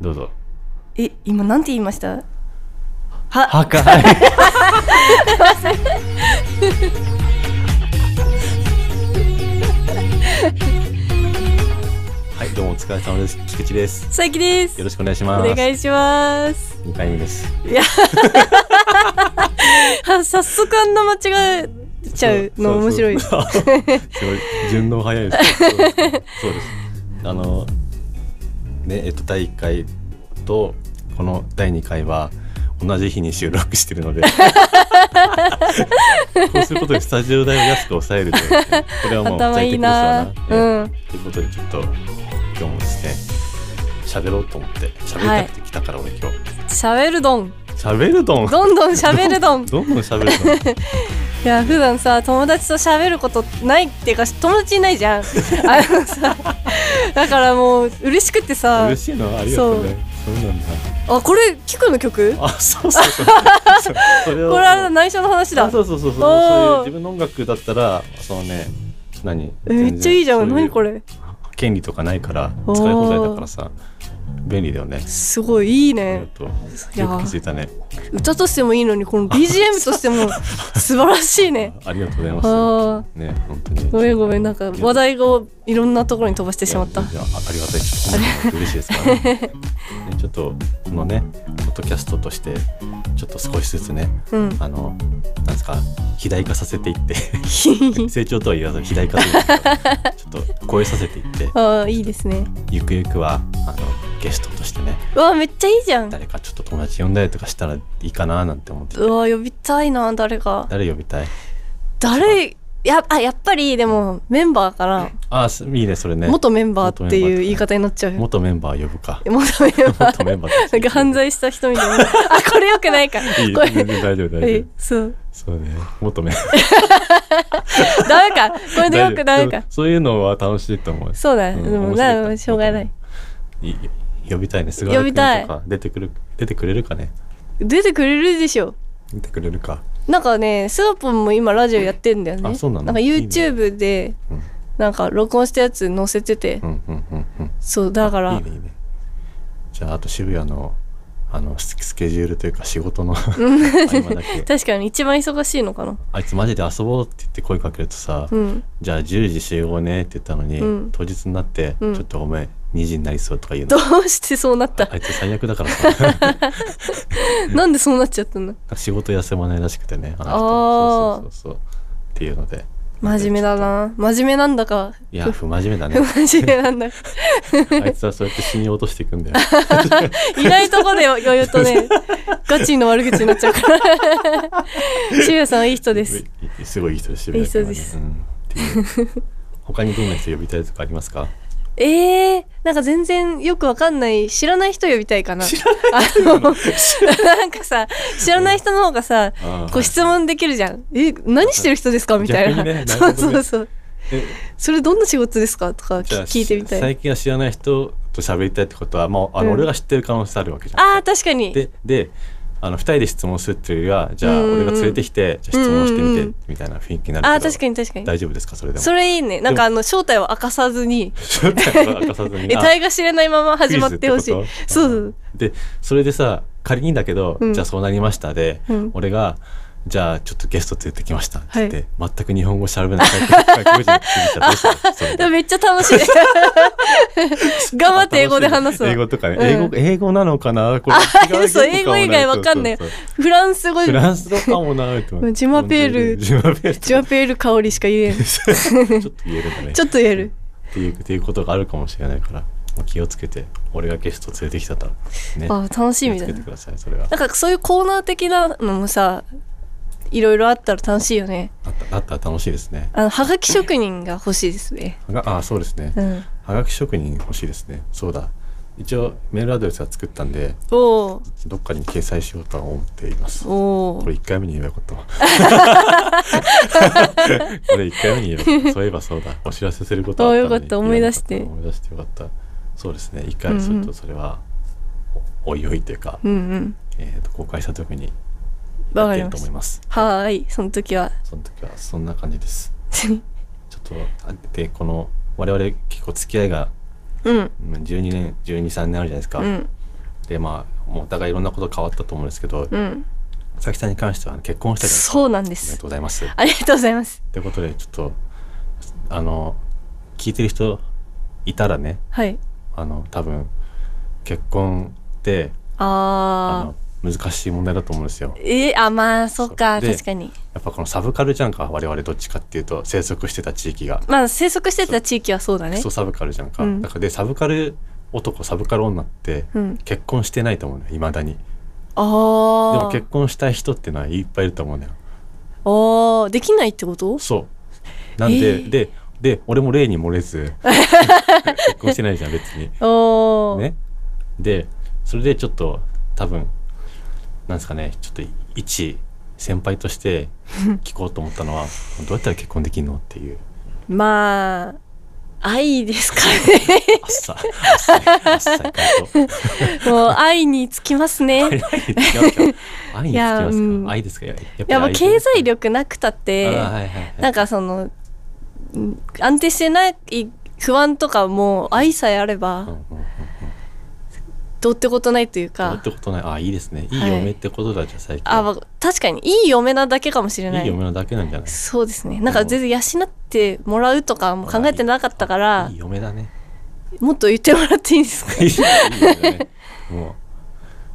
どうぞえ今なんて言いましたは破 壊はいどうもお疲れ様です菊池です佐伯ですよろしくお願いしおます願いします二回目ですは早速あんな間違えちゃうの面 白いそうそうそうすごい順応早い ですそうですそうですあのねえっと第1回とこの第2回は同じ日に収録してる のでこうすることでスタジオ代を安く抑えるというねこれはもう頭いいな在宅ですわな、ねうんということでちょっと今日もですね喋ろうと思って喋りたくて来たから俺今日喋るどん喋るどんどんどん喋るどんいどんどん喋るど んや普段さ友達と喋ることないっていうか友達いないじゃんあのさだからもう嬉しくってさ嬉しいのありがとうねそうなんだあこれキクの曲あ、そうそうそう。そうそれ これあれだ内緒の話だあそうそうそうそう。おーそういう自分の音楽だったら、そのね、何えめっちゃいいじゃん何これれ権利とかないから、お使ーい放題だからさ、便利だよね。すごいいいありがねとう。いやよく気づいたね。歌としてもいいのにこの BGM としても素晴らし いねありがとうございまああす。ね、本当に。ごめんごめんなんか話題をいろんなところに飛ばしてしまったいや全然あありがたい。ちょっと本当に嬉しいです から、ね。ねちょっと、このね、ポッドキャストとして、ちょっと少しずつね、うん あの、なんですか、肥大化させていって。成長とは言わず肥大化というかちょっと超えさせていってああいいですねゆくゆくはあのゲストとしてねうわめっちゃいいじゃん誰かちょっと友達呼んだりとかしたらいいかななんて思ってうわ呼びたいな誰か誰呼びたい誰やあやっぱりでもメンバーかなあすいいねそれね元メンバーっていう言い方になっちゃう元元メンバー呼ぶかメンバ元ーメンバー なんか犯罪した人みたいなあこれよくないかいいこ全然れ大丈夫大は丈夫いそうそうね元メンバダメかこれーでよくダ大メ丈か夫そういうのは楽しいと思うそうだ、んでも面白いからなしょうがないいい呼びたいね菅呼びた原い君とか出てくる出てくれるかね出てくれるでしょ出てくれるかなんかねスーポンも今ラジオやってんだよねあそうなのんか YouTube でうんなんか録音したやつ載せてて、うんうんうんうんそうだからいいねいいねじゃああと渋谷のあのススケジュールというか仕事の合間だけ確かに一番忙しいのかなあいつマジで遊ぼうって言って声かけるとさ、うんじゃあ10時集合ねって言ったのに、うん当日になって、うんちょっとごめん2時になりそうとか言うどのうしてそうなっあ たあいつ最悪だからさ なんでそうなっちゃったの仕事休まないらしくてねあの人あーそうそうそうそうっていうので真面目だな真面目なんだかいや不真面目 だね真面目なんだかあいつはそうやって死に落としていくんだよいないとこで余裕と ねガチの悪口になっちゃうから渋谷さんはいい人ですすごいいい人です渋谷君はねいい人ですうんっていう他にどんな人呼びたいとかありますかえー、なんか全然よくわかんない知らない人呼びたいかな知あの なんかさ知らない人の方がさあーこう質問できるじゃん「え何してる人ですか?」みたいな逆にねなるほそどねうそうそうえ「それどんな仕事ですか?」とかじゃあ聞聞いてみたい最近は知らない人と喋りたいってことはもうあの、うん俺が知ってる可能性あるわけじゃん。あー確かにでであの2人で質問するっていうよりはじゃあうんうん俺が連れてきて、じゃあ質問してみて、うんうんうんみたいな雰囲気になるあーけど確かに確かに大丈夫ですかそれでも。それいいねなんかあの正体を明かさず に正体は明かさずにえあ体が知れないまま始まってほしいクイズってことそうそうでそれでさ仮にだけど、うんじゃあそうなりましたで、うん俺がじゃあちょっとゲスト連れてきましたって言って、は全く日本語喋れない 外国人が聞いたらどうするそれでもめっちゃ楽し い頑張って英語で話すわ英語とかね、うん英語英語なのかなこれ あ嘘英語以外わかんないいフランス語フでランスとかもなうんジュマペールジュマペールジュアペール香りし か言えんちちょっと言えるんだねょっと言えるっていうっていうことがあるかもしれないからもう気をつけて俺がゲスト連れてきたからねあー楽しい気をつみたけいてなくださいそれはなんかそういうコーナー的なのもさいろいろあったら楽しいよねあったあったら楽しいですねあのはがき職人が欲しいで すねはがあそうですねうんはがき職人欲しいですねそうだ一応メールアドレスは作ったんでおーどっかに掲載しようとは思っていますおこれー1回目に言えばよかったわ これ1回目に言えばよかったそういえばそうだお知らせすることあったのにあよかった思い出して思い出してよかったそうですね1うんう回んするとそれはおおいおいというか、うんうんえー、と公開した時にわやかってるりまとし思いたますはーいその時は その時はそんな感じですちょっとあでこの我々結構付き合いがうんうん12年123年あるじゃないですか、うんでまあもうお互いいろんなこと変わったと思うんですけど、うん佐々木さんに関しては結婚したじゃないですかそうなんでおめですとうございますありがとうございますってことでちょっとあの聞いてる人いたらねはいあの多分結婚ってあああの難しい問題だと思うんですよ。えーあまあそっかそうで確かにやっぱこのサブカルじゃんか我々どっちかっていうと生息してた地域がまあ生息してた地域はそうだクねソサブカルじゃんか。うんだからでサブカル男サブカル女ってうん結婚してないと思うのよいまだに。でああも結婚したい人ってのはいっぱいいると思うのよ。ああできないってことそうなんで、えーでで俺も例に漏れ ず結婚してないじゃん別に。おー、ね、でそれでちょっと多分なんですかねちょっと一先輩と して聞こうと思ったのはどうやったら結婚できるのっていうまあ愛ですかね あっさあっさいあっさい回答もう愛につきますね愛につきますか愛につきいやまうすんか愛ですかやっぱりいやっぱ愛です経済力なくたっあてーはいはいはいなんかそのうん安定してない不安とかも愛さえあうれんうんばうんどうってことないというどうっかてことないあいいですねいいはい嫁ってことだじゃあ最近、あまあ確かにいい嫁なだけかもしれないいい嫁なだけなんじゃないそうですねなんか全然養ってもらうとかも考えてなかったからいい嫁だねもっと言ってもらっていいですかいい嫁だねも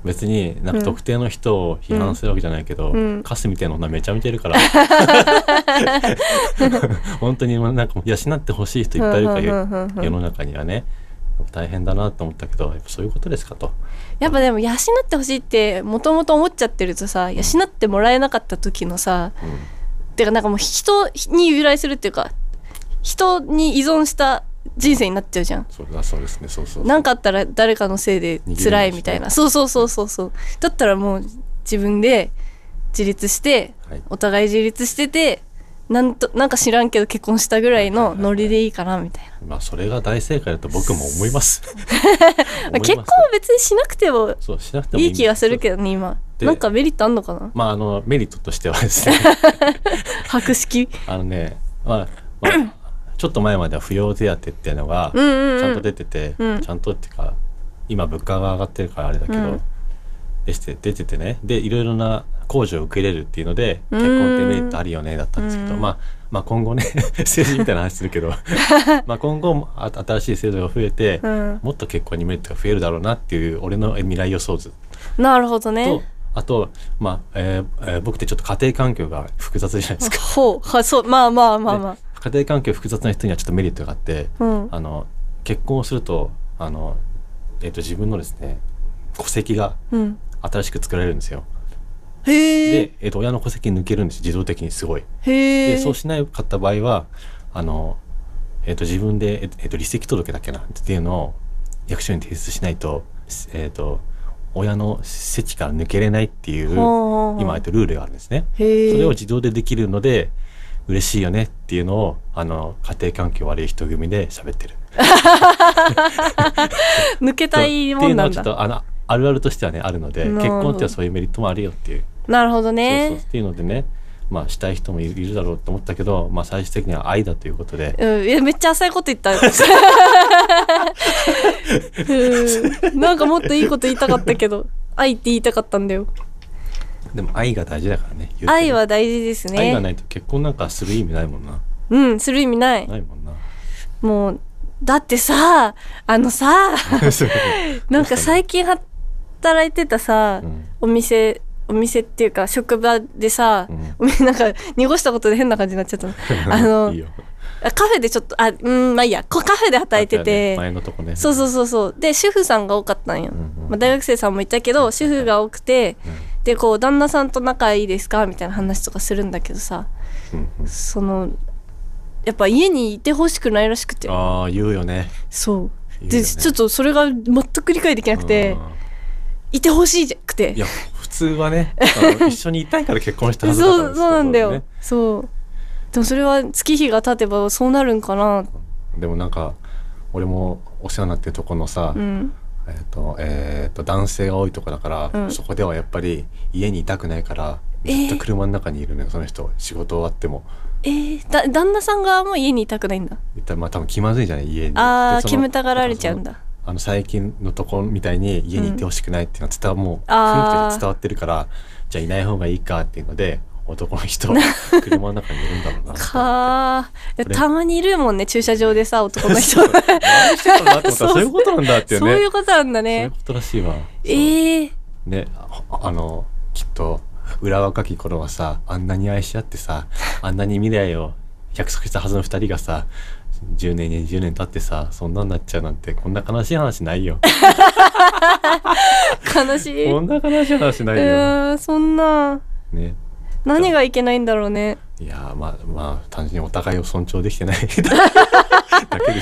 う別になんか特定の人を批判するわけじゃないけど、うんカスみたいな女めちゃめちゃいる から本当になんかもう養ってほしい人いっぱいいるからうんう世んうんうん世の中にはね大変だなと思ったけどやっぱそういうことですかとやっぱでも養ってほしいってもともと思っちゃってるとさ養ってもらえなかった時のさうてかなんかもう人に由来するっていうか人に依存した人生になっちゃうじゃんんそうだそうですねそうそうそう何かあったら誰かのせいで辛いみたいなそうそうそうそうそうだったらもう自分で自立してはいお互い自立しててなんとなんか知らんけど結婚したぐらいのノリでいいかなみたいまあそれが大正解だと僕も思います 思な、います結婚は別にしなくてもそうしなくてもいい気がするどけどね今でなんかメリットあんのかなまああのメリットとしてはですね白色あのね、まあ、ま あ、ちょっと前までは扶養手当っていうのが、うんうんうんちゃんと出てて、うんちゃんとっていうか、今物価が上がってるからあれだけど、うんでして出ててね、で、いろいろな控除を受けれるっていうので、うん結婚ってメリットあるよね、だったんですけど、うんまあ、まあ今後ね、 政治みたいな話するけど、 まあ今後もあ新しい制度が増えて、うんもっと結婚にメリットが増えるだろうなっていう、俺の未来予想図なるほどとね、あと、まあ、えーえー僕ってちょっと家庭環境が複雑じゃないですか。ほうはそうまあまあまあまあで家庭環境複雑な人にはちょっとメリットがあって、うんあの結婚をするとあの、えっと自分のですね戸籍がうん新しく作られるんですよ。へえで、えっと親の戸籍抜けるんです自動的にすごい。へでえそうしなかった場合はあの、えっと自分で、えっとえっと、離籍届だっけなっていうのを役所に提出しないと,、えっと親の籍から抜けれないっていうほうほうほう今、えっとルールがあるんですね。へえそれを自動でできるので嬉しいよねっていうのをあの家庭環境悪い人組で喋ってる。抜けたいもんなんそうっていうのはちょっだとあのあるあるとしてはねあるのでなるほ結ど婚っていうのはそういうメリットもあるよっていう,、なるほそどうそうねっていうのでねまあしたい人もいるいるだろうと思ったけど、まあ、最終的には愛だということで。うん、いやめっちゃ浅いこと言 った、うん、なんかもっといいこと言いたかったけど愛って言いたかったんだよでも愛が大事だからね。言うてね愛は大事ですね愛がないと結婚なんかする意味ないもんな。うんする意味ないないもん な。もうだってさあのさそうなんか最近働いてたさ、うんお店お店っていうか職場でさ、 うんお店なんか濁したことで変な感じになっち ゃったのあのいいよあカフェでちょっとあうんまあいいやこカフェで働いてて、前のとこね。そうそうそうそうで主婦さんが多かったんよ、んうんまあ、大学生さんもいたけど主婦が多くてでこう旦那さんと仲いいですかみたいな話とかするんだけどさうんうんうんそのやっぱ家にいてほしくないらしくてああ言うよね。そう言うでよねちょっとそれが全く理解できなくていてほしいくうんていや普通は ねあの一緒にいたいから結婚したそはうずだからそうなんだよ、これねそうでもそれは月日が経てばそうなるんかなでもなんか俺もお世話になってるとこのさ、うんえっ、とえっ、と男性が多いとこだから、うんそこではやっぱり家にいたくないからえずーっと車の中にいるのよ、その人仕事終わってもえー、だ旦那さん側も家にいたくないんだ言ったらまあ多分気まずいじゃない家にあでそーの煙たがられちゃうんだそのあの最近のとこみたいに家にいてほしくないっていうのは伝わ、もう雰囲あー気で伝わってるからじゃあいない方がいいかっていうので男の人 車の中にいるんだろうなかーこれたまにいるもんね駐車場でさ男の人そう何してたんだって思ったらそういうことなんだっていう そねうそういいううことなんだねことらしいわええー、ねああのきっと裏若き頃はさあんなに愛し合ってさあんなに未来を約束したはずの2人がさ10年20年経ってさそんなんなっちゃうなんてこんな悲しい話ないよ悲しいうこんな悲しい話ないよ、ーんそんなね、何がいけないんだろうねいやーまあまあ単純にお互いを尊重できてない だけですよね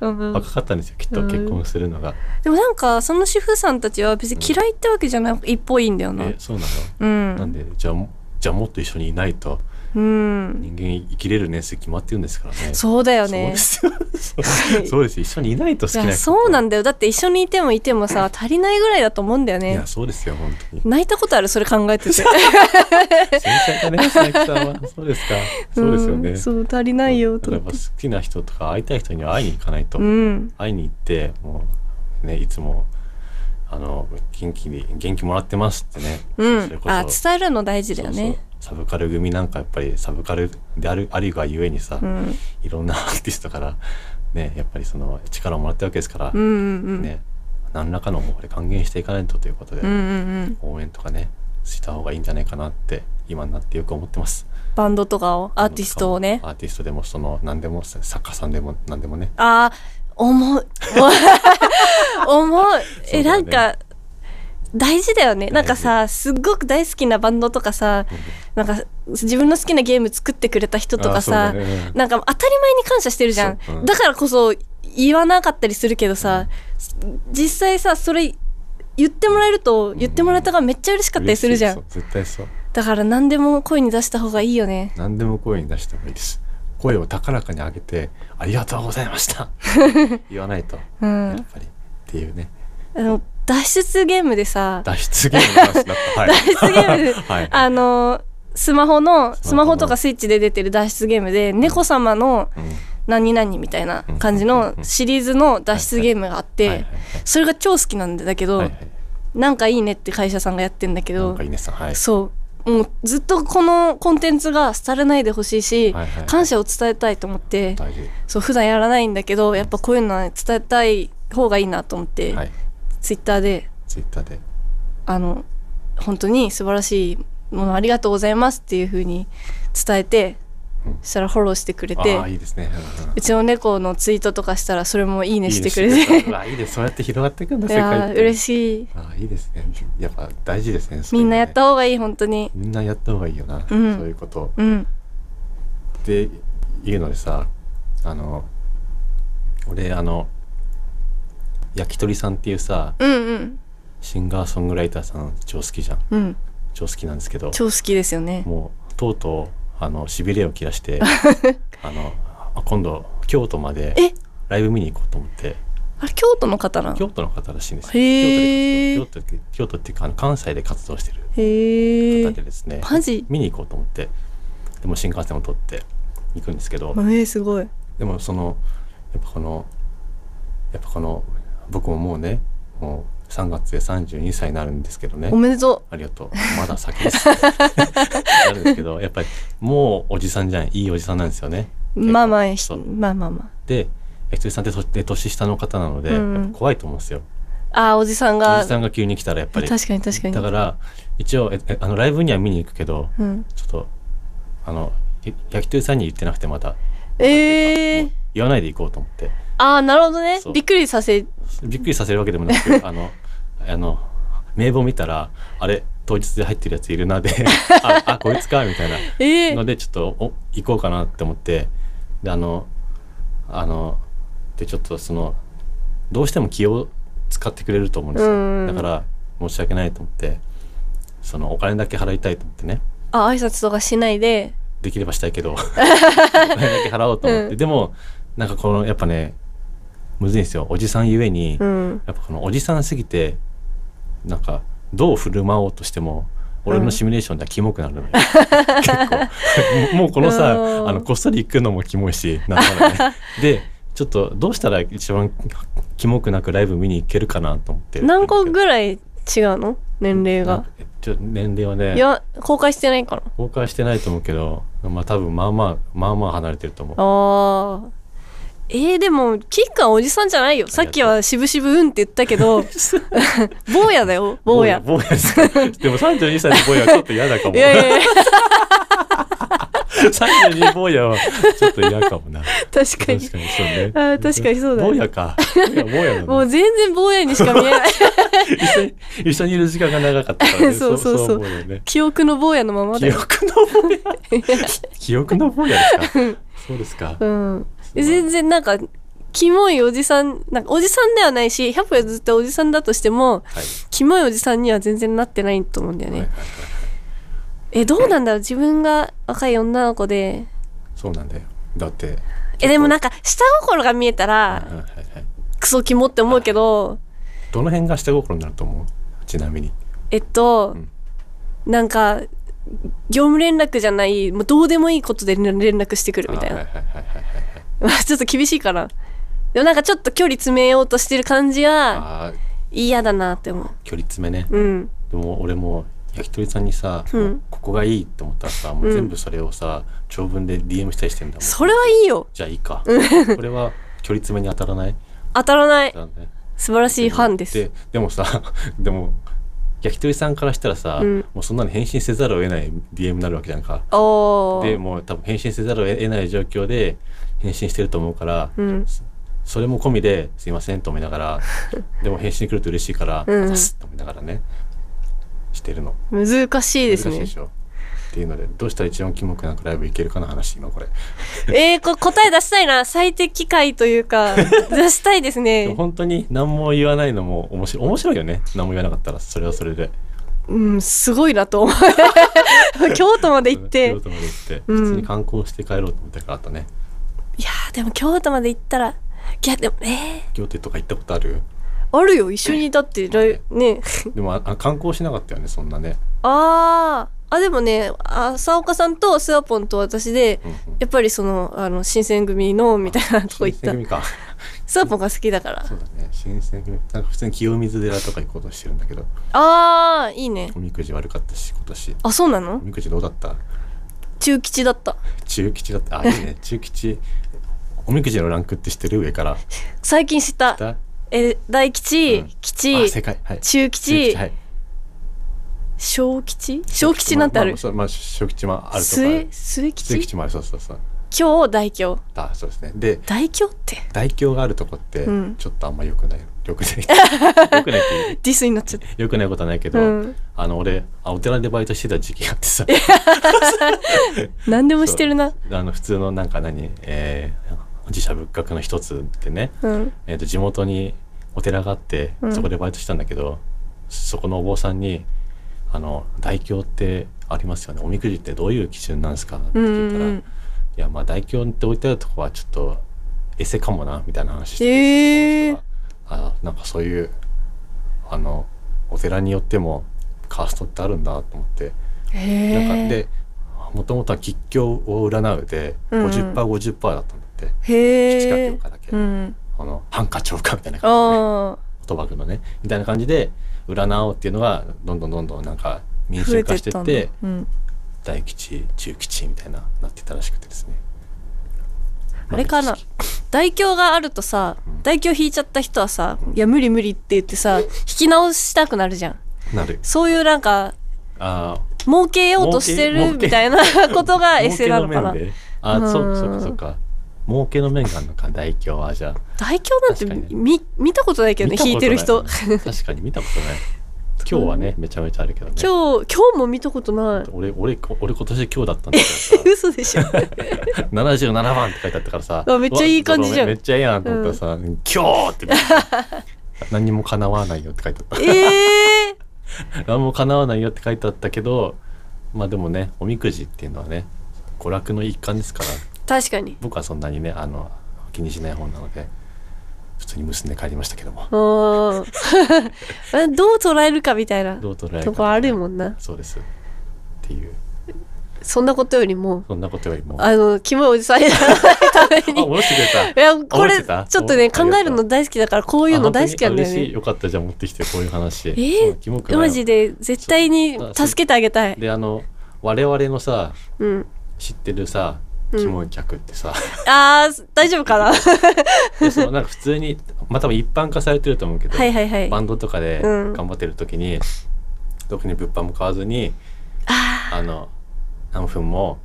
うん若かったんですよきっとうん結婚するのが、でもなんかその主婦さんたちは別に嫌いってわけじゃないっぽいんだよなえそうなの、うんなんでじゃあもじゃあもっと一緒にいないとうん人間生きれる年数決まってるんですからねそうだよねそうですよ。そうそうです。一緒にいないと好きいなや人。そうなんだよだって一緒にいてもいてもさ足りないぐらいだと思うんだよいねや、そうですよ、本当に。泣いたことあるそれ考 えてて繊細だね、佐々木さんは。そうですか。そうですよね。んそう足りないよだとから思やっっぱて好きな人とか会いたい人には会いに行かないと。うん会いに行って、もう、ね、いつも、あの、元気に、元気もらってますってね。うんあそ伝えるの大事れだよこそねサブカル組なんかやっぱりサブカルであるあるがゆえにさ、うんいろんなアーティストからねやっぱりその力をもらったわけですから、うんうんうんね、何らかのこれ還元していかないとということで、うんうんうん応援とかねした方がいいんじゃないかなって今になってよく思ってますバンドとかをアーティストをねアーティストでもその何でも作家さんでも何でもねあー重 い重いえ、そうだなよんねか大事だよねなんかさすっごく大好きなバンドとかさなんか自分の好きなゲーム作ってくれた人とかあさ、そうだねなんか当たり前に感謝してるじゃんそううんだからこそ言わなかったりするけどさ、実際さそれ言ってもらえると言ってもらえたからめっちゃ嬉しかったりするじゃん、嬉しいそう絶対そうだから何でも声に出した方がいいよね何でも声に出した方がいいです声を高らかに上げて「ありがとうございました」 言わないとうやっんぱりっていうねあの脱出ゲームでさ脱出ゲームの話だ った、はい、脱出ゲーム ではいあのスマホのスマホのスマホとかスイッチで出てる脱出ゲームで猫様のうん何々みたいな感じのシリーズの脱出ゲームがあっはいてはいそれが超好きなんだけはどいはいなんかいいねって会社さんがやってんだけなどんかいいねさんはいそうもうずっとこのコンテンツが廃れないでほしいしはいはい感謝を伝えたいと思って大事そう普段やらないんだけどやっぱこういうのは伝えたい方がいいなと思ってはいツイッターでツイッターであの本当に素晴らしいものありがとうございますっていう風に伝えてうんそしたらフォローしてくれてああいいですね、うんうんうちの猫のツイートとかしたらそれも「いいね」してくれいいね てうわいいですそうやって広がっていくんだ い世界やっーて嬉しいあいいですねやっぱ大事ですねそうみいうのねんなやった方がいい本当にみんなやった方がいいよな、うんそういうことうんっていうのでさあの俺あの焼き鳥さんっていうさうんうんシンガーソングライターさん超好きじゃんうん超好きなんですけど超好きですよねもうとうとうあのしびれを切らして あのあ今度京都までえライブ見に行こうと思ってあれ京都の方なの京都の方らしいんですよへー京都で活動京都京都っていうかあの関西で活動してるへ方えでですね、マジ見に行こうと思ってでも新幹線を取って行くんですけど、えー、すごいでもそのやっぱこのやっぱこの僕ももうねもう3月で32歳になるんですけどねおめでとありがとうまだ先 ですなるんですけどやっぱりもうおじさんじゃんいいおじさんなんですよねう結構まあまあそうまあまあまでひとりさんってとで年下の方なので、うんうやんっぱ怖いと思うんですよああーおじさんがおじさんが急に来たらやっぱり確かに確かにだから一応ええあのライブには見に行くけどうん、ちょっとあのや焼き鳥さんに言ってなくてまたええー、言わないで行こうと思ってああなるほどねそうびっくりさせびっくりさせるわけでもな くあのあの名簿見たらあれ当日で入ってるやついるなで ああこいつかみたいなええのでちょっとお行こうかなって思ってであのあのでちょっとそのどうしても気を使ってくれると思うんですうんよだから申し訳ないと思ってそのお金だけ払いたいと思ってねあ挨拶とかしないでできればしたい けどお金だけ払おうと思って、うんでもなんかこのやっぱねむずいんですよおじさんゆえに、うんやっぱこのおじさんすぎてなんかどう振る舞おうとしても俺のシミュレーションではキモくなる のよ、結構もうこのさうん あのこっそり行くのもキモいしなんならねでちょっとどうしたら一番キモくなくライブ見に行けるかなと思って何個ぐらい違うの年齢が。ちょ年齢はいねや、公開してないから。公開してないと思うけどまあ多分まあまあまあまあ離れてると思うああ。えー、でも、キッカンおじさんじゃないよ。さっきは渋々うんって言ったけ ど、坊やだよ、坊や。坊やですかでも32歳の坊やはちょっと嫌だかもいやい やいや、 32坊やはちょっと嫌かもな確かに確。かにそうねあー確かにそうだね坊やか坊や坊やなもうの全然坊やにしか見え ない。一緒に一緒にいる時間が長かったからね そうそうそう思よね記憶の坊やのままだ記よ。憶の坊や記憶の坊やですかそうですか うん。で全然なんか、キモいおじさん、なんかおじさんではないし、100歩譲っておじさんだとしても、はいキモいおじさんには全然なってないと思うんだよね。はいはいえ、どうなんだろう自分が若い女の子で。そうなんだよだってえ、でもなんか、下心が見えはたいはいら、はいクソキモって思うけど、どの辺が下心になると思うちなみにえっと、うんなんか、業務連絡じゃない、もうどうでもいいことで連絡してくるみたいな。あはいはいはいはいはいはいま あちょっと厳しいかな。でもなんかちょっと距離詰めようとしてる感じはあー嫌だなって思距離詰めねう。うん。でも俺も焼き鳥さんにさ、うんここがいいって思ったらさもう全部それをさ、長文で DM したりしてんだもんそれはいいよ。じゃあいいかこれは距離詰めに当たらない当たらない。だね素晴らしいファンです。ででもさ でも焼き鳥さんからしたらさ、うんもうそんなに返信せざるを得ない DM になるわけじゃんかおでー。もう多分返信せざるを得ない状況で返信してると思うから、うん。それも込みですいませんと思いなが らでも返信来ると嬉しいから「うんあざっす」と思いながらねしてるの難しいです難しいねで。しょっていうのでどうしたら一番キモくなくライブ行けるかの話今これえー、こ答え出したいな。最適解とい うか、出したいですでもね。本当に何も言わないのも面白い面白いよね何も言わなかったらそれはそれでうん、すごいなと思 う。京都まで行って。い京都まで行ってうん普通に観光して帰ろうと思ったからあったねやー、でも京都まで行ったら、いや、でも、えー、京都とか行ったことあるあるよ。一緒に、だって、来ね。でもああ観光しなかったよねそんなねあーあでもね浅岡さんとスワポンと私で うんうんやっぱりそのあの新選組のみたいなとこ行っ新選た組かスワポンが好きだからそうだね新選組なんか普通に清水寺とか行こうとしてるんだけどああいいねおみくじ悪かったし今年あそうなおのみくじどうだった中吉だった中吉だったあい いね中吉おみくじのランクって知ってる上から最近知っただえ大吉、うんあ吉正解はい中吉はい小吉小吉なんてあまるそうまあ小吉もあるとか末末末吉吉もあるそうそうそう京大京だそうですねで大京って大凶があるとこってうんちょっとあんま良くない良 くない良くないっていうディスになっちゃった良くないことはないけど、うんあの俺あお寺でバイトしてた時期があってさ何でもしてるなあの普通のなんか何、えー自社仏閣の一つでね、うんえー、と地元にお寺があってうんそこでバイトしたんだけど、そこのお坊さんに「あの大凶ってありますよねおみくじってどういう基準なんですか?」ってうん聞いたら「うんいやまあ大凶って置いてあるとこはちょっとエセかもな」みたいな話してええー、あなんかそういうあのお寺によってもカーストってあるんだと思って、えなんかー、でもともとは吉凶を占うでうんうん 50%50%、50%だったんだって七へ角えとかだけ、うんあのハンカチョウかみたいな感あじで、ね、賭博のねみたいな感じで占おうっていうのがどんどんどんどんなんかあ民増衆えて化っしてってたんだ、うん、大吉中吉みたいななってたらしくてですねあれかな大凶があるとさ大凶引いちゃった人はさ「いや無理無理」って言ってさ引き直したくなるじゃんなるそういうなんかあー儲けようとしてる儲けみたいな ことがエ儲セけなののかな面であそううんそうかそうか儲けの面があるのか大凶はじゃあ大凶なんて確かに見見たことないけどね引いてる人確かに見たことない今日はねめちゃめちゃあるけどね 今日今日も見たことない俺俺俺今年今日だったんだけどさ嘘でしょ77番って書いてあったから さあめっちゃいい感じじゃんうわめっちゃええやんと思ったらさ「今日!」って見 て何も叶わないよって書いてあっええた何も叶わないよって書いてあったけどまあでもねおみくじっていうのはね娯楽の一環ですから確かに僕はそんなにねあの気にしない方なので普通に結んで帰りましたけどもうんどう 捉えるかみたいなどう捉えるかとこあるもんなそうですっていうそんなことよりもそんなことよりも。あ、あのキモいおじさんにならないために下ろしてくれいやこ思っれてたちょっとねおあり考がとうえるの大好きだからこうた。いうの大好きなんだよあ本当に嬉しいねよかった。じゃあ持ってきて、こういう話。えーうんキモくないマジで絶対に助けてあげたいで、あの、我々のさ、うん知ってるさ、うんキモい客ってさ、 あー大丈夫かなはでそのなんか普通に、まあ多分一般化されてると思うけど、いはいはいバンドとかでうん頑張ってる時に、特に物販も買わずにあの何分も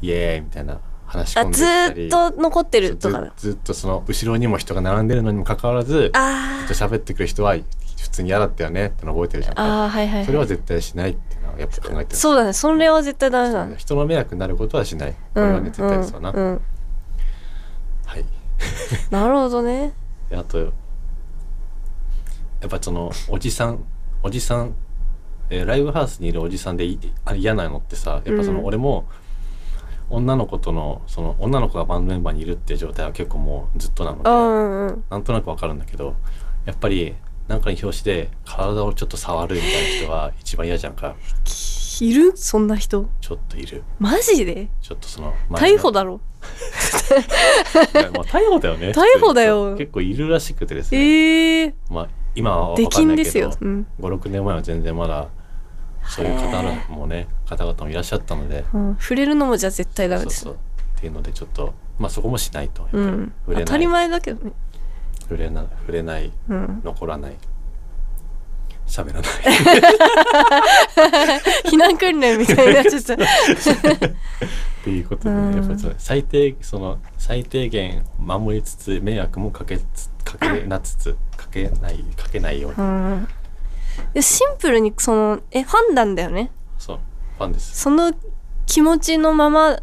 イエーイみたいな話し込あんでずきたりーっと残ってるとかずなずっとその後ろにも人が並んでるのにもかかわらずずっあと喋ってくる人は普通に嫌だったよねっての覚えてるじゃんああーはいはいそれははい絶対しないっていうのはやっぱ考えてるそうだねそれは絶対ダメだね人の迷惑になることはしないこうれんはね絶対そうな、うんうんはいなるほどねであとやっぱそのおじさんおじさん、えーライブハウスにいるおじさんでいあ嫌なのってさやっぱそうんの俺も、女の子とのその女の子がバンドメンバーにいるっていう状態は結構もうずっとなのうで、んうんなんとなくわかるんだけどやっぱりなんかに表紙で体をちょっと触るみたいな人は一番嫌じゃんかいるそんな人ちょっといるマジでちょっとその逮 捕だだもうろ逮捕だよね 逮捕だよ結構いるらしくてですね、ええまあ今はわ出かんな禁いけでどすようん56年前は全然まだそういう方々もね方々もいらっしゃったのでうん触れるのもじゃあ絶対ダメそうですそうっていうのでちょっとまあそこもしないとやっぱうりん触れな当いたり前だけどね触れな触れないうん残らない喋らない 避難訓練みたいになっちゃったっていうことでうんねやっぱりその最低その最低限守りつつ迷惑もかけつかけなつつかけないかけないように うんでシンプルにそのえファンなんだよねそうファンですその気持ちのまま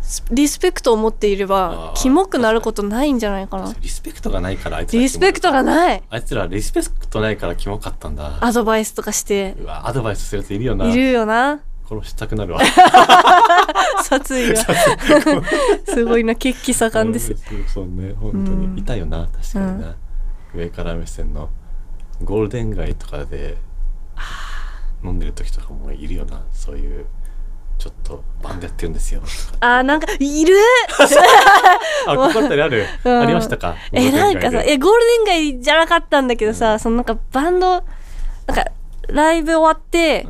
スリスペクトを持っていればあーキモくなることないんじゃないかなリスペクトがないからあいつらリスペクトがないあいつらリスペクトないからキモかったんだアドバイスとかしてうわアドバイスするやついるよないるよな殺したくなるわ 殺意が すごいな血気盛んですようんそうね本当うんに痛いよな確かにな、上から目線のゴールデン街とかで飲んでる時とかもいるよなそういうちょっとバンドやってるんです よとかあーなんかいるあここあったりある、うんありましたかえゴールデンな街んかさでえゴールデン街じゃなかったんだけどさ、うんそのなんかバンドなんかライブ終わって、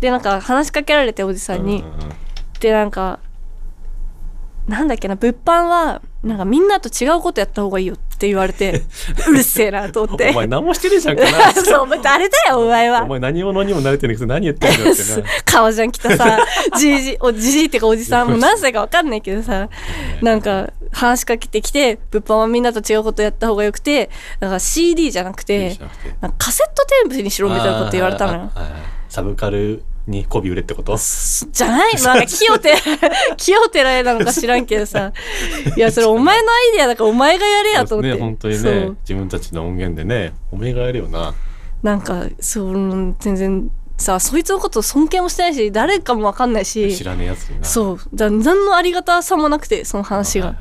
でなんか話しかけられておじさんに、うんうんうんでなんかなんだっけな物販はなんかみんなと違うことやった方がいいよって言われて うるせえなと思ってお 前何もしてねえじゃんかなそうお前誰だよお前はお前何者にも慣れてないくせに何言ってんだよってな顔じゃん来 たさじいじおじじいってかおじさんもう何歳か分かんないけどさ なんか話しかけてきて物販はみんなと違うことやった方がよくてなんか CD じゃなくいいてじゃなくてなんかカセットテープにしろみたいなこと言われたのよあーあーサブカルに媚び売れって ことじゃないなんか清 手清手らえなのか知らんけどさいやそれお前のアイデアだからお前がやれやと思ってね本当にそねう自分たちの音源でねおめえがやるよななんかその全然さそいつのこと尊敬もしてないし誰かも分かんない知しらねえやつになうそうだから何のありがたさもなくてその話が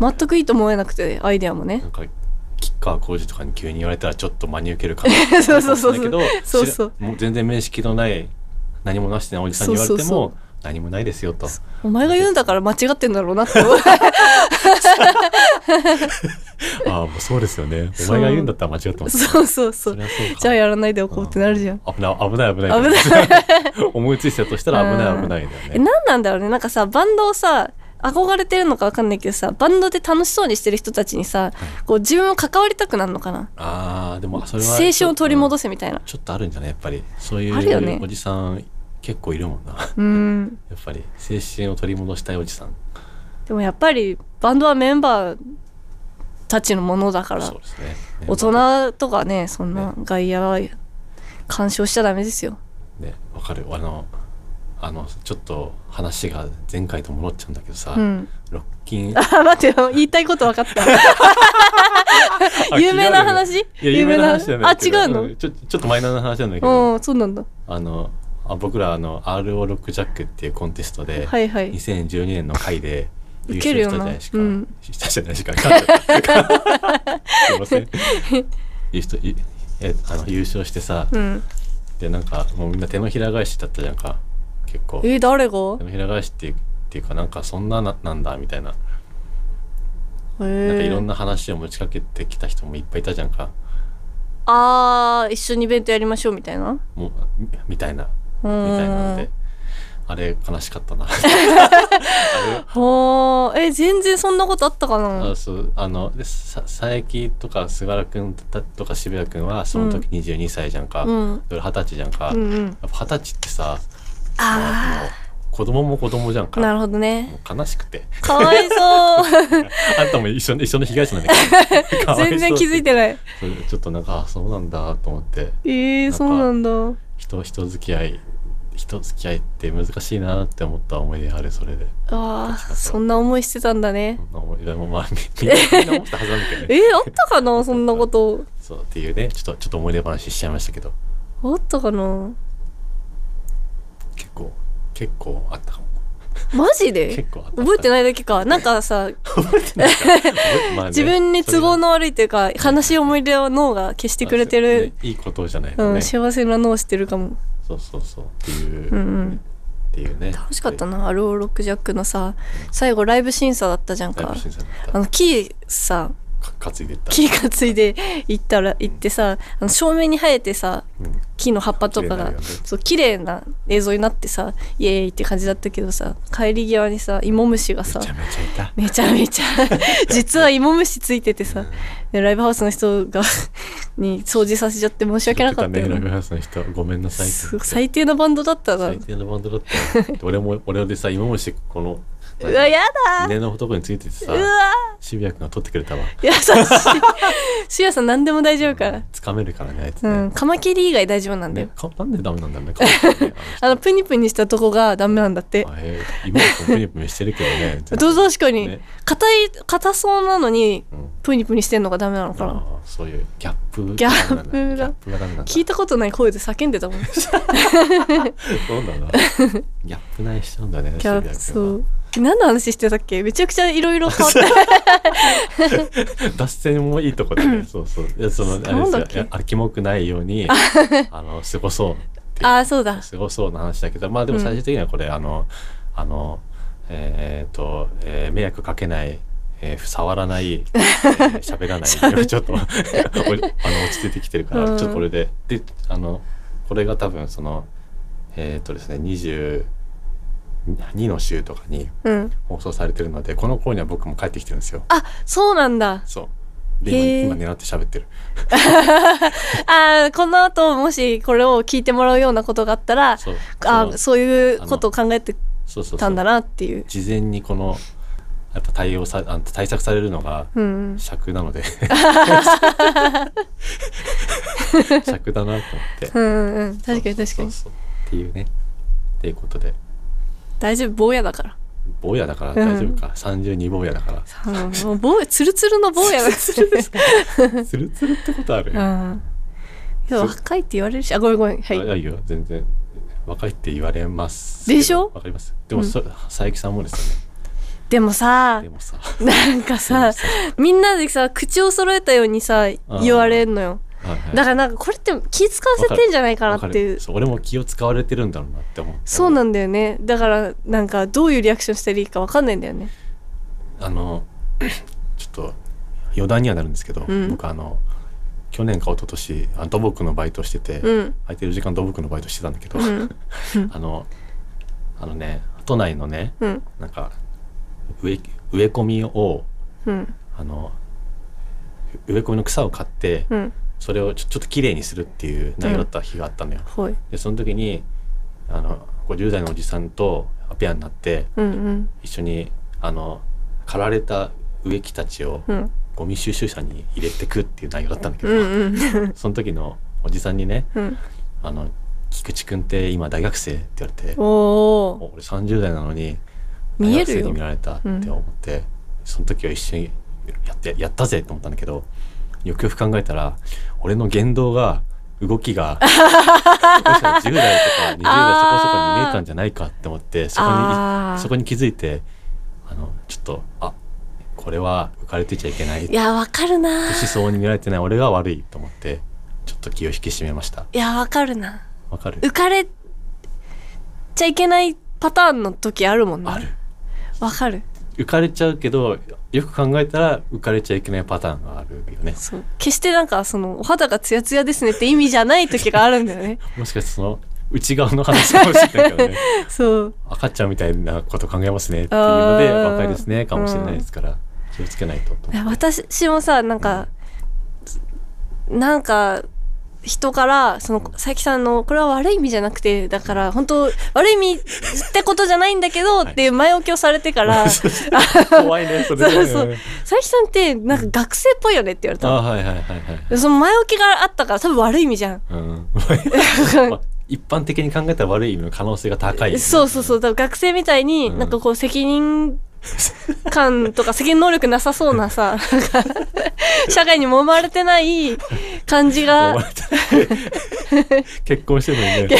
待全くいいと思えなくてアイデアもねなんか吉川晃司とかに急に言われたらちょっと真に受けるかも そうそうそうだけどそう知らそうもう全然面識のない何もなしてないおじさんに言われてもそうそう何もないですよとお前が言うんだから間違ってんだろうなって思 うああもうそうですよねおそう前が言うんだったら間違ってますそうそうそうそりゃそうかじゃあやらないでおこうってなるじゃん危ない危ない危ない危ない思いついたとしたら危なういん危ないだよえね何なんだろうねなんかさバンドをさ憧れてるのか分かんないけどさバンドで楽しそうにしてる人たちにさこう自分も関わりたくなるのかなああでもそれは青春を取り戻すせみたいなちょっとあるんじゃないやっぱりそうあるよねいうおじさん結構いるもんなうんやっぱり青春を取り戻したいおじさんでもやっぱりバンドはメンバーたちのものだからそうですね大ね人とかねそんな外野は干渉しちゃダメですよねわかるあのあのちょっと話が前回と戻っちゃうんだけどさ、うん ロッキンあ待ってよ言いたいこと分かった 有名な話いや有名な話じゃないあ違うのんちょちょっとマイナーな話なんだけど、うんそうなんだあのあ僕らあの RO ロックジャックっていうコンテストで、はいはい2012年の回でウケるよ優勝したじゃなないですか、したじゃないですかうん噛んじゃった すいま せん優勝いえあの優勝してさ、うんでなんかもうみんな手のひら返しだったじゃんか結構え誰がでも平返しってっていうかなんかそんなななんだみたいななんかいへろんえな話を持ちかけてきた人もいっぱいいたじゃんかあー一緒にイベントやりましょうみたいなもうみみたいなうみたいなーのんであれ悲しかった なはあえ全然そんなことあったかなあそうあのでさ佐伯とか菅原君とか渋谷君はその時22歳じゃんか、うん俺二十歳じゃんか、うんやっうんぱ二十歳ってさあもう子供も子供じゃんあかなるほどねもう悲しくて かわいそうあんたも一緒の一緒の被害者なんだ けどかわいそう全然気づいてないそれちょっとなんかあそうなんだと思ってえー、なんかそうなんだ人人付き合い人付き合いって難しいなって思った思い出あるそれであーそんな思いしてたんだねそんな思い出もまあみんなみんな思ったはずなんだけどねえー、あったかなそんなこと そうっていうねちょっとちょっと思い出話しちゃいましたけどあったかな結構結構あったかもマジで結構あった覚えてないだけかなんかさ覚えてないか覚えまあね自分に都合の悪いというかが悲しい思い出を脳が消してくれてそうるね、いいことじゃないのうね、ん、幸せな脳してるかもそうそうそうっていう、うんうっんていうね楽しかったなな「アローロック・ジャック」のさ最後ライブ審査だったじゃんだいかぶ新鮮だったあのキーさか担いでった木がついで行ったら行ってさあの正面に生えてさうん木の葉っぱと綺麗かにながるよねそう綺麗な映像になってさイエーイって感じだったけどさ帰り際にさ芋虫がさめちゃめちゃいためちゃめちゃ 実は芋虫ついててさでライブハウスの人がに掃除させちゃって申し訳なかった言よ、てねライブハウスの人ごめんなさいってす最低なバンドだったな最う低のバンドだったよ俺も 俺でさ今もしてこのわやだ胸の男についててさうわ渋谷君が取ってくれたわ優しいシアさん何でも大丈夫からつかめるからねあいつうねんカマキリ以外大丈夫なんだよねかなんでダメなんだろうね顔 ねあのプニプニしたとこがダメなんだってあへえ今もプニプニしてるけどね全 どう然確かにね硬い硬そうなのにうんプニプニしてんのがダメなのかなあーそういうギャップギャップがダメなんだギャップがダメなんだ聞いたことない声で叫んでた もんギそうな んだギャップないしちゃうんだねャ渋ー谷そ君はう何の話してたっけめちゃくちゃいろいろ変わった脱線もいいとこでねそうそういやそのあなんだれっですけよいやあキモくないよう にあの過ごそうっていうああそうだすごそうな話だけどまあでも最終的にはこれ、あのあのえーっと、えー迷惑かけない、えー触らないえー 喋、らないでちょっとおあの落ち着いてきてるから、うんちょっとこれでであのこれが多分そのえーっとですね22の週とかにうん放送されてるのでこの頃には僕も帰ってきてるんですよ。あそうなんだそうへでー今今狙って喋ってる。あーこの後もしこれを聞いてもらうようなことがあったらそうあそのーそういうことを考えてそうそうそたんだうなっていう事前にこのやっぱ対応さあ対策されるのがうん尺なの で尺だなと思ってうんうんうん確かに確かそうにそうっていうねっていうことで大丈夫坊やだから坊やだから大丈夫か、32坊やだからあーもう坊やツルツルの坊やだからツルツルってことある、あうん。いや若いって言われるし、あ、ごめんごめん。はいい。やいや全然若いって言われますでしょわかりますでもそ、佐伯さんもですよでもさねで、もさなんかさ、みんなでさ、口を揃えたようにさ、言われんのよ。はいはいだからなんかこれって気使わせてんじゃないかなわっかていうる。そう俺も気を使われてるんだろうなって思うそうなんだよね。だから、なんかどういうリアクションしたらいいかわかんないんだよね。あの ちょっと余談にはなるんですけど、うん僕あの去年か一昨年あ土木のバイトしてて、うん。空いてる時間土木のバイトしてたんだけど、うん。あのあのね都内のねうん。なんか植え植え込みをうん。あの植え込みの草を買って、うん。それをちょちょっと綺麗にするっていう内容だった日があったのよ。ほい。でその時にあの50代のおじさんとペアになってうんうん。一緒にあの刈られた植木たちをうん。ゴミ収集車に入れてくっていう内容だったんだけうど、んうん。その時のおじさんにねうん。 「あの菊池君って今大学生」って言われて「おー。お俺30代なのに大見え学る生によ見。られた」って思って、その時は一緒にやってやったぜと思ったんだけどよくよく考えたら俺の言動が動き がもしかしたら10代とか20代そこそこに見えたんじゃないかって思ってそこあにーそこに気づいてあのちょっとあこれは浮かれてちゃいけないいや、わかるな思。想に見られてない俺が悪いと思ってちょっと気を引き締めましたいや、わかるな。わかる浮かれちゃいけないパターンの時あるもんねあるわかる浮かれちゃうけどよく考えたら浮かれちゃいけないパターンがあるよねそう決してなんかそのお肌がツヤツヤですねって意味じゃない時があるんだよ ねもしかしてその内側の話かもしれないけど ねそう赤ちゃんみたいなこと考えますねっていうのであ「ー若いですね」かもしれないですから気をつけないとといや私もさなんか、なんか人からその佐伯さんのこれは悪い意味じゃなくてだから本当悪い意味ってことじゃないんだけど、いっていう前置きをされて から佐怖いねそれそうそう伯さんってなんか学生っぽいよねって言あわれたはいはいはいはいのその前置きがあったから多分悪い意味じゃんうん、まあ一般的に考えたら悪い意味の可能性が高いよね、そうそうそうだから学生みたいにうんなんかこう責任 感とか責任能力なさそうなさなんか社会に揉まれてない感じ思わがれた 結婚してるのにね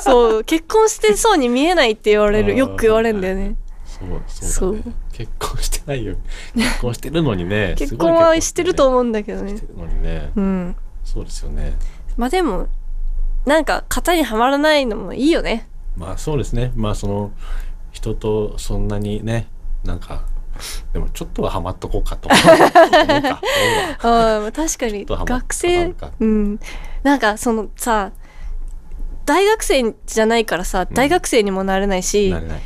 そう結婚してそうに見えないって言われあるーよく言われるんだよねそうそうだねそう結婚してないよ結婚してるのに ね結婚はすしごている結と婚思うんだけどねしてるのにねうんそうですよねまあでもなんか型にはまらないのもいいよねまあそうですねまあその人とそんなにねなんかでもちょっとはハマっとこうか と思うか思うわああ確かにちょっとハマ学生ハマるかうんなんかそのさ大学生じゃないからさ大学生にもなれないし、なれない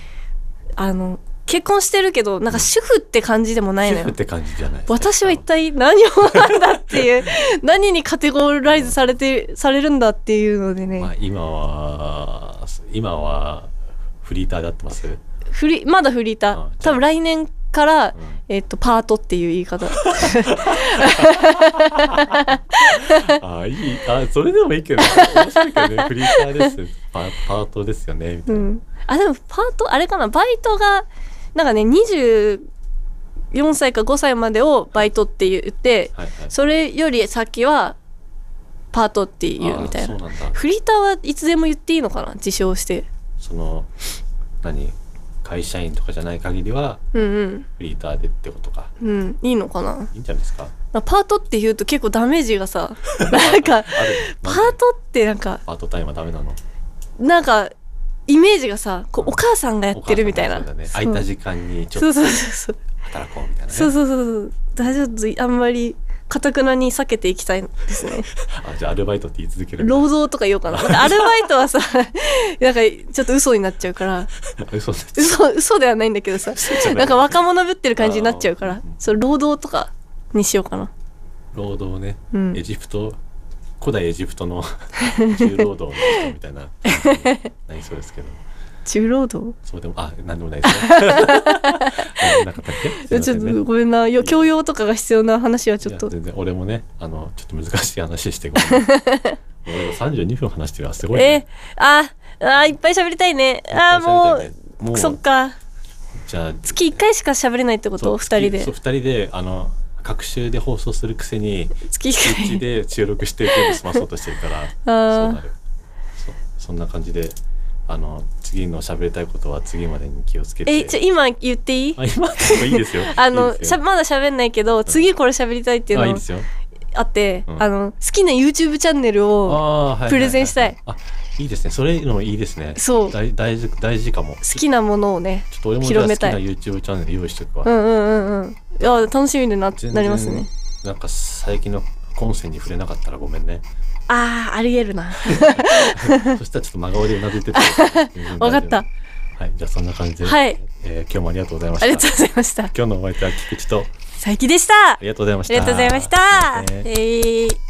あの結婚してるけどなんか主婦って感じでもないの主婦よって感じじゃないですね私は一体何をなんだって いう何にカテゴライズされてされるんだっていうのでね、まあ今は今はフリーターだってます、うんフリまだフリータあーじゃあ多分来年から、えっとパートっていう言い方 あいいあそれでもいいけど面白いけどねフリーターですパパートですよねみたういな、んあでもパートあれかなバイトがなんかね24歳か5歳までをバイトって言ってはいはいそれより先はパートっていうみたいあなそうなんだフリーターはいつでも言っていいのかな自称してその何会社員とかじゃない限りはうんうんフリーターでってことかうん、いいのかな、いいんじゃないですかまあパートって言うと結構ダメージがさなんかあるパートってなんかパートタイムはダメなのなんかイメージがさこうお母さんがやってるみたいなお母さんもそうだねそう空いた時間にちそょっうそうそうと働こうみたいなねそうそうそうそう大丈夫あんまりかたくなに避けていきたいですねあじゃあアルバイトって言い続ける労働とか言おうかなだってアルバイトはさなんかちょっと嘘になっちゃうから嘘です嘘嘘ではないんだけどさじゃないなんか若者ぶってる感じになっちゃうかあーらそう労働とかにしようかな労働ね、うんエジプト古代エジプトの 重労働の人みたい ななりそうですけど重労働そうでもあ何でもないですね 何でもなかったっけすいまちせょっんねとごめんな、よ教養とかが必要な話はちょっといや。全然俺もねあのちょっと難しい話してごめん ね俺も32分話してるわすごい、えね、あ、あ、いっぱい喋りたいね。あ、もう、もうそっか。じゃあ月1回しか喋れないってこそとう ?2 人でそう。二人であの各週で放送するくせに月うち1回。で収録して全部済まそうとしてるからそ うなるそうそんな感じであの次の喋りたいことは次までに気をつけてえ、ちょ、今言っていいあ今でもいいですよ あの、いいですしゃよまだ喋んないけど、次これ喋りたいっていうあいいのですよあって、うんあの、好きな YouTube チャンネルあー、を、はいはいはいプレゼンしたいあいいですねそれのいいですねそう大大事大事かも好好きなものをね。ちょっと俺もじゃあ広好めきたいな YouTube チャンネル用意しておくわ、うんうんうんうん。いや、楽しみにな全然なりますね。なんか最近のコンセンに触れなかったらごめん ねあー、ありえる な。そしたらちょっと真顔でうなずいてた全然大丈夫 わかったはいじゃあそんな感じで、はいえー今日もありがとうございましたありがとうございました。今日のお相手は菊池と佐伯でした。ありがとうございましあたりがとうございましすいまたせん。えー